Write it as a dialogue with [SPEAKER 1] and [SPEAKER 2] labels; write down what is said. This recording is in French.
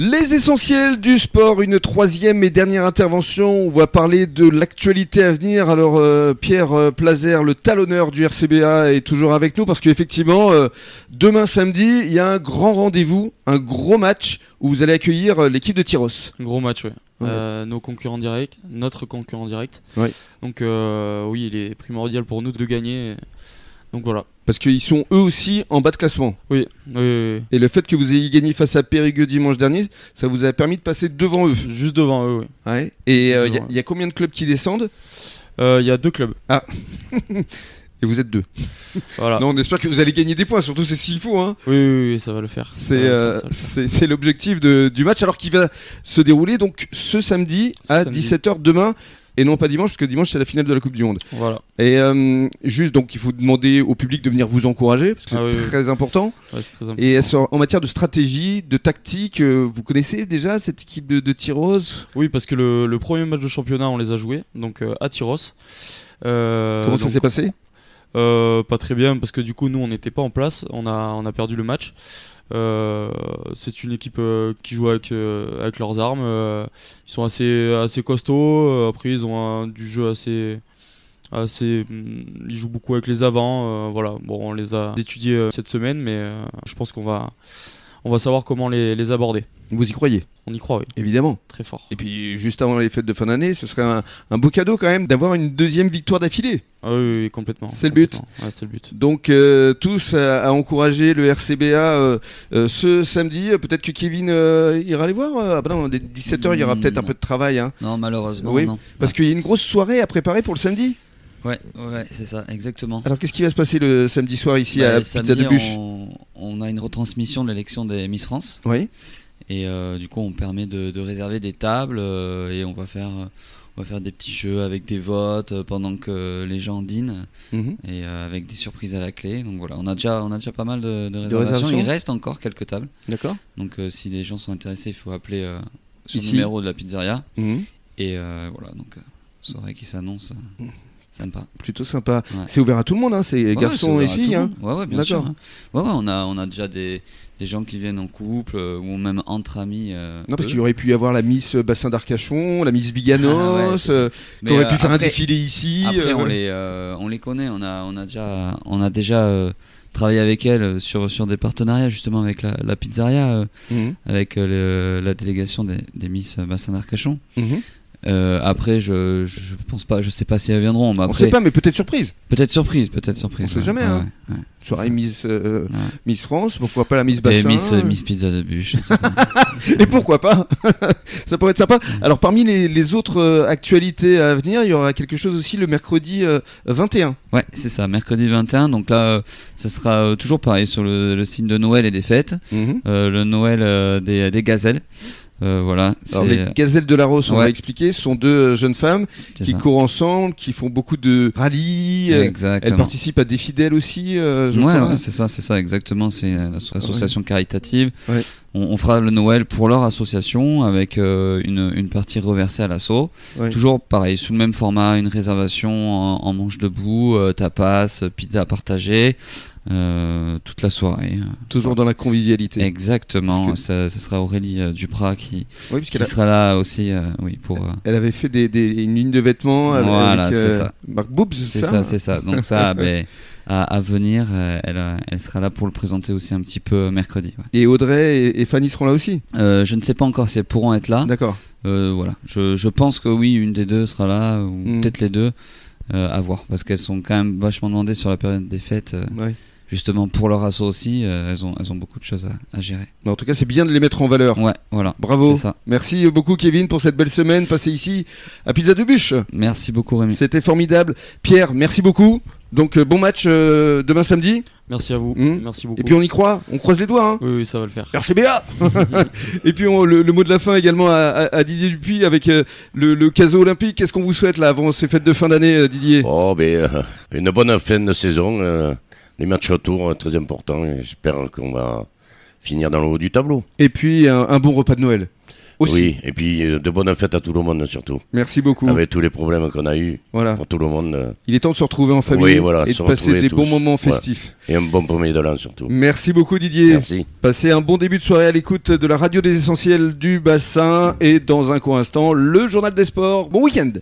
[SPEAKER 1] Les essentiels du sport, une troisième et dernière intervention. On va parler de l'actualité à venir. Alors euh, Pierre euh, Plazer, le talonneur du RCBA, est toujours avec nous parce qu'effectivement, euh, demain samedi, il y a un grand rendez-vous, un gros match où vous allez accueillir euh, l'équipe de Tyros.
[SPEAKER 2] Gros match, ouais.
[SPEAKER 1] Ouais.
[SPEAKER 2] Euh, nos concurrents directs, notre concurrent direct.
[SPEAKER 1] Ouais.
[SPEAKER 2] Donc euh, oui, il est primordial pour nous de gagner. Donc voilà.
[SPEAKER 1] Parce qu'ils sont eux aussi en bas de classement.
[SPEAKER 2] Oui, oui, oui,
[SPEAKER 1] Et le fait que vous ayez gagné face à Périgueux dimanche dernier, ça vous a permis de passer devant eux.
[SPEAKER 2] oui. juste devant eux. ouais.
[SPEAKER 1] Ouais. Et euh, il y a-
[SPEAKER 2] Devant,
[SPEAKER 1] il y a combien de clubs qui descendent
[SPEAKER 2] Euh, Il y a deux clubs.
[SPEAKER 1] Et vous êtes deux.
[SPEAKER 2] Voilà.
[SPEAKER 1] Non, on espère que vous allez gagner des points, surtout c'est s'il faut. Hein.
[SPEAKER 2] Oui, oui, oui, ça va le faire. Ça va
[SPEAKER 1] C'est
[SPEAKER 2] le
[SPEAKER 1] euh,
[SPEAKER 2] faire, ça va le faire.
[SPEAKER 1] c'est- c'est l'objectif de- du match, alors qu'il va se dérouler donc ce samedi
[SPEAKER 2] Ce
[SPEAKER 1] à
[SPEAKER 2] samedi.
[SPEAKER 1] 17h demain. Et non pas dimanche, parce que dimanche c'est la finale de la Coupe du Monde.
[SPEAKER 2] Voilà.
[SPEAKER 1] Et euh, juste, donc il faut demander au public de venir vous encourager, parce que c'est
[SPEAKER 2] Ah oui, oui.
[SPEAKER 1] très important.
[SPEAKER 2] Ouais, c'est très important.
[SPEAKER 1] Et sur- en matière de stratégie, de tactique, euh, vous connaissez déjà cette équipe de, de Tyros
[SPEAKER 2] Oui, parce que le, le premier match de championnat, on les a joués, donc euh, à Tyros. Euh,
[SPEAKER 1] Comment ça
[SPEAKER 2] donc,
[SPEAKER 1] s'est passé
[SPEAKER 2] Euh, pas très bien parce que du coup nous on n'était pas en place, on a, on a perdu le match. Euh, c'est une équipe euh, qui joue avec, euh, avec leurs armes, euh, ils sont assez, assez costauds, euh, après ils ont un- du jeu assez... assez hum, ils jouent beaucoup avec les avants, euh, voilà, bon on les a étudiés euh, cette semaine mais euh, je pense qu'on va, on va savoir comment les, les aborder.
[SPEAKER 1] Vous y croyez,
[SPEAKER 2] On y croit, oui,
[SPEAKER 1] évidemment.
[SPEAKER 2] très fort.
[SPEAKER 1] Et puis juste avant les fêtes de fin d'année, ce serait un, un beau cadeau quand même d'avoir une deuxième victoire d'affilée.
[SPEAKER 2] Ah oui, oui, oui, complètement.
[SPEAKER 1] C'est le but.
[SPEAKER 2] complètement. Ouais, c'est le but.
[SPEAKER 1] Donc euh, tous à, à encourager le RCBA euh, euh, ce samedi. Euh, Peut-être que Kevin euh, ira les voir. euh. Ah bah non, dès 17h, il y aura
[SPEAKER 3] Mm,
[SPEAKER 1] peut-être un
[SPEAKER 3] non.
[SPEAKER 1] peu de travail. hein.
[SPEAKER 3] Non, malheureusement,
[SPEAKER 1] Oui,
[SPEAKER 3] non.
[SPEAKER 1] parce qu'il y a une grosse soirée à préparer pour le samedi.
[SPEAKER 3] Ouais, ouais, c'est ça, exactement.
[SPEAKER 1] Alors qu'est-ce qui va se passer le samedi soir ici
[SPEAKER 3] Bah,
[SPEAKER 1] Ah, à Pizza
[SPEAKER 3] samedi,
[SPEAKER 1] de Bûche
[SPEAKER 3] on, on a une retransmission de l'élection des Miss France
[SPEAKER 1] Oui.
[SPEAKER 3] et euh, du coup on permet de, de réserver des tables euh, et on va faire euh, on va faire des petits jeux avec des votes euh, pendant que les gens dînent
[SPEAKER 1] Mhm.
[SPEAKER 3] et euh, avec des surprises à la clé. Donc voilà, on a déjà on a déjà pas mal de, de réservations.
[SPEAKER 1] réservations
[SPEAKER 3] Il reste encore quelques tables.
[SPEAKER 1] D'accord.
[SPEAKER 3] Donc euh, si les gens sont intéressés, il faut appeler euh, sur
[SPEAKER 1] Ici.
[SPEAKER 3] le numéro de la pizzeria
[SPEAKER 1] Mhm.
[SPEAKER 3] et euh, voilà donc euh, soirée qui s'annonce euh,
[SPEAKER 1] Mm.
[SPEAKER 3] sympa.
[SPEAKER 1] Plutôt sympa.
[SPEAKER 3] Ouais.
[SPEAKER 1] C'est ouvert à tout le monde, hein. c'est
[SPEAKER 3] Ouais,
[SPEAKER 1] garçons
[SPEAKER 3] ouais,
[SPEAKER 1] et
[SPEAKER 3] c'est ouvert à
[SPEAKER 1] filles.
[SPEAKER 3] tout le
[SPEAKER 1] hein.
[SPEAKER 3] monde. Ouais, ouais, bien
[SPEAKER 1] D'accord.
[SPEAKER 3] sûr. Ouais, ouais, on a, on a déjà des, des gens qui viennent en couple euh, ou même entre amis. euh,
[SPEAKER 1] Non, parce
[SPEAKER 3] eux.
[SPEAKER 1] qu'il aurait pu y avoir la Miss Bassin d'Arcachon, la Miss
[SPEAKER 3] Ah ouais,
[SPEAKER 1] Biganos,
[SPEAKER 3] c'est ça.
[SPEAKER 1] euh,
[SPEAKER 3] Mais,
[SPEAKER 1] qui aurait
[SPEAKER 3] euh,
[SPEAKER 1] pu faire un
[SPEAKER 3] après-
[SPEAKER 1] défilé ici.
[SPEAKER 3] Après,
[SPEAKER 1] euh,
[SPEAKER 3] on les, euh, on les connaît. On a, on a déjà, on a déjà euh, travaillé avec elles euh, sur, sur des partenariats justement avec la, la pizzeria, euh,
[SPEAKER 1] Mhm.
[SPEAKER 3] avec euh, le- la délégation des, des Miss Bassin d'Arcachon.
[SPEAKER 1] Mhm.
[SPEAKER 3] Euh, après, je, je pense pas, je sais pas si elles viendront. Mais
[SPEAKER 1] On sait
[SPEAKER 3] après,
[SPEAKER 1] pas, mais peut-être surprise.
[SPEAKER 3] peut-être surprise, peut-être surprise.
[SPEAKER 1] On sait jamais, hein.
[SPEAKER 3] ouais, ouais.
[SPEAKER 1] Soirée
[SPEAKER 3] ça.
[SPEAKER 1] Miss, euh,
[SPEAKER 3] Ouais.
[SPEAKER 1] Miss France, pourquoi pas la Miss Bassin
[SPEAKER 3] Et Miss, euh, Miss Pizza de Bûche. ça.
[SPEAKER 1] Et pourquoi pas Ça pourrait être sympa.
[SPEAKER 3] Mm.
[SPEAKER 1] Alors parmi les, les autres euh, actualités à venir, il y aura quelque chose aussi le mercredi euh, 21.
[SPEAKER 3] Ouais, c'est ça, mercredi 21. Donc là, euh, ça sera euh, toujours pareil sur le, le signe de Noël et des fêtes. Euh, le Noël euh, des, des gazelles. Euh, voilà,
[SPEAKER 1] Alors
[SPEAKER 3] c'est-
[SPEAKER 1] les Gazelles de la Rose, on
[SPEAKER 3] Ouais.
[SPEAKER 1] l'a expliqué, sont deux euh, jeunes femmes
[SPEAKER 3] c'est
[SPEAKER 1] qui
[SPEAKER 3] ça.
[SPEAKER 1] courent ensemble, qui font beaucoup de rallyes. euh, Elles
[SPEAKER 3] Exactement.
[SPEAKER 1] participent à des fidèles aussi, euh, je
[SPEAKER 3] Ouais,
[SPEAKER 1] crois.
[SPEAKER 3] ouais, c'est ça, c'est ça, exactement. C'est une asso- association caritative.
[SPEAKER 1] Ah Ouais.
[SPEAKER 3] On, on fera le Noël pour leur association avec euh, une, une partie reversée à l'assaut.
[SPEAKER 1] Ouais.
[SPEAKER 3] Toujours pareil, sous le même format, une réservation en, en manche debout, euh, tapas, pizza à partager, euh, toute la soirée.
[SPEAKER 1] Toujours dans la convivialité.
[SPEAKER 3] Exactement,
[SPEAKER 1] Parce
[SPEAKER 3] ça, ça sera Aurélie euh, Duprat qui,
[SPEAKER 1] Oui,
[SPEAKER 3] qui
[SPEAKER 1] puisqu'elle a-
[SPEAKER 3] sera là aussi euh, oui, pour... euh,
[SPEAKER 1] elle avait fait des, des- une ligne de vêtements avec,
[SPEAKER 3] Voilà,
[SPEAKER 1] avec,
[SPEAKER 3] c'est
[SPEAKER 1] euh,
[SPEAKER 3] ça.
[SPEAKER 1] Marc Boobs,
[SPEAKER 3] c'est ça, c'est ça. Donc ça, ben, à, à venir, euh, elle, euh, elle sera là pour le présenter aussi un petit peu euh, mercredi. ouais.
[SPEAKER 1] Et Audrey et, et Fanny seront là aussi.
[SPEAKER 3] Euh, je ne sais pas encore si elles pourront être là.
[SPEAKER 1] D'accord.
[SPEAKER 3] Euh, voilà, je, je pense que oui, une des deux sera là, ou
[SPEAKER 1] Mm.
[SPEAKER 3] peut-être les deux, euh, à voir. Parce qu'elles sont quand même vachement demandées sur la période des fêtes, euh,
[SPEAKER 1] Ouais.
[SPEAKER 3] justement pour leur assaut aussi, euh, elles, ont, elles ont beaucoup de choses à, à gérer.
[SPEAKER 1] Mais en tout cas, c'est bien de les mettre en valeur.
[SPEAKER 3] Ouais, voilà.
[SPEAKER 1] Bravo.
[SPEAKER 3] C'est ça.
[SPEAKER 1] Merci beaucoup Kevin pour cette belle semaine passée ici à Pizza de Bûche.
[SPEAKER 3] Merci beaucoup Rémi.
[SPEAKER 1] C'était formidable. Pierre, merci beaucoup. Donc euh, bon match euh, demain samedi.
[SPEAKER 2] Merci à vous,
[SPEAKER 1] Mhm.
[SPEAKER 2] merci beaucoup.
[SPEAKER 1] Et puis on y croit, on croise les doigts. Hein.
[SPEAKER 2] Oui, oui, ça va le faire.
[SPEAKER 1] RCBA Et puis on- le, le mot de la fin également à, à- à Didier Dupuis avec euh, le, le caso olympique. Qu'est-ce qu'on vous souhaite là avant ces fêtes de fin d'année, euh, Didier
[SPEAKER 4] Oh, ben, euh, une bonne fin de saison. euh, les matchs retour, euh, très importants. et J'espère qu'on va finir dans le haut du tableau.
[SPEAKER 1] Et puis un, un bon repas de Noël. aussi.
[SPEAKER 4] Oui, Ah et puis euh, de bonnes fêtes à tout le monde surtout.
[SPEAKER 1] Merci beaucoup.
[SPEAKER 4] Avec tous les problèmes qu'on a eus
[SPEAKER 1] Voilà.
[SPEAKER 4] pour tout le monde. euh,
[SPEAKER 1] Il est temps de se retrouver en famille
[SPEAKER 4] Oui, voilà,
[SPEAKER 1] et de
[SPEAKER 4] se
[SPEAKER 1] passer
[SPEAKER 4] retrouver
[SPEAKER 1] des
[SPEAKER 4] tous.
[SPEAKER 1] bons moments
[SPEAKER 4] Voilà.
[SPEAKER 1] festifs.
[SPEAKER 4] Et un bon premier de l'an surtout.
[SPEAKER 1] Merci beaucoup Didier.
[SPEAKER 4] Merci.
[SPEAKER 1] Passez un bon début de soirée à l'écoute de la radio des essentiels du bassin et dans un court instant, le journal des sports. Bon week-end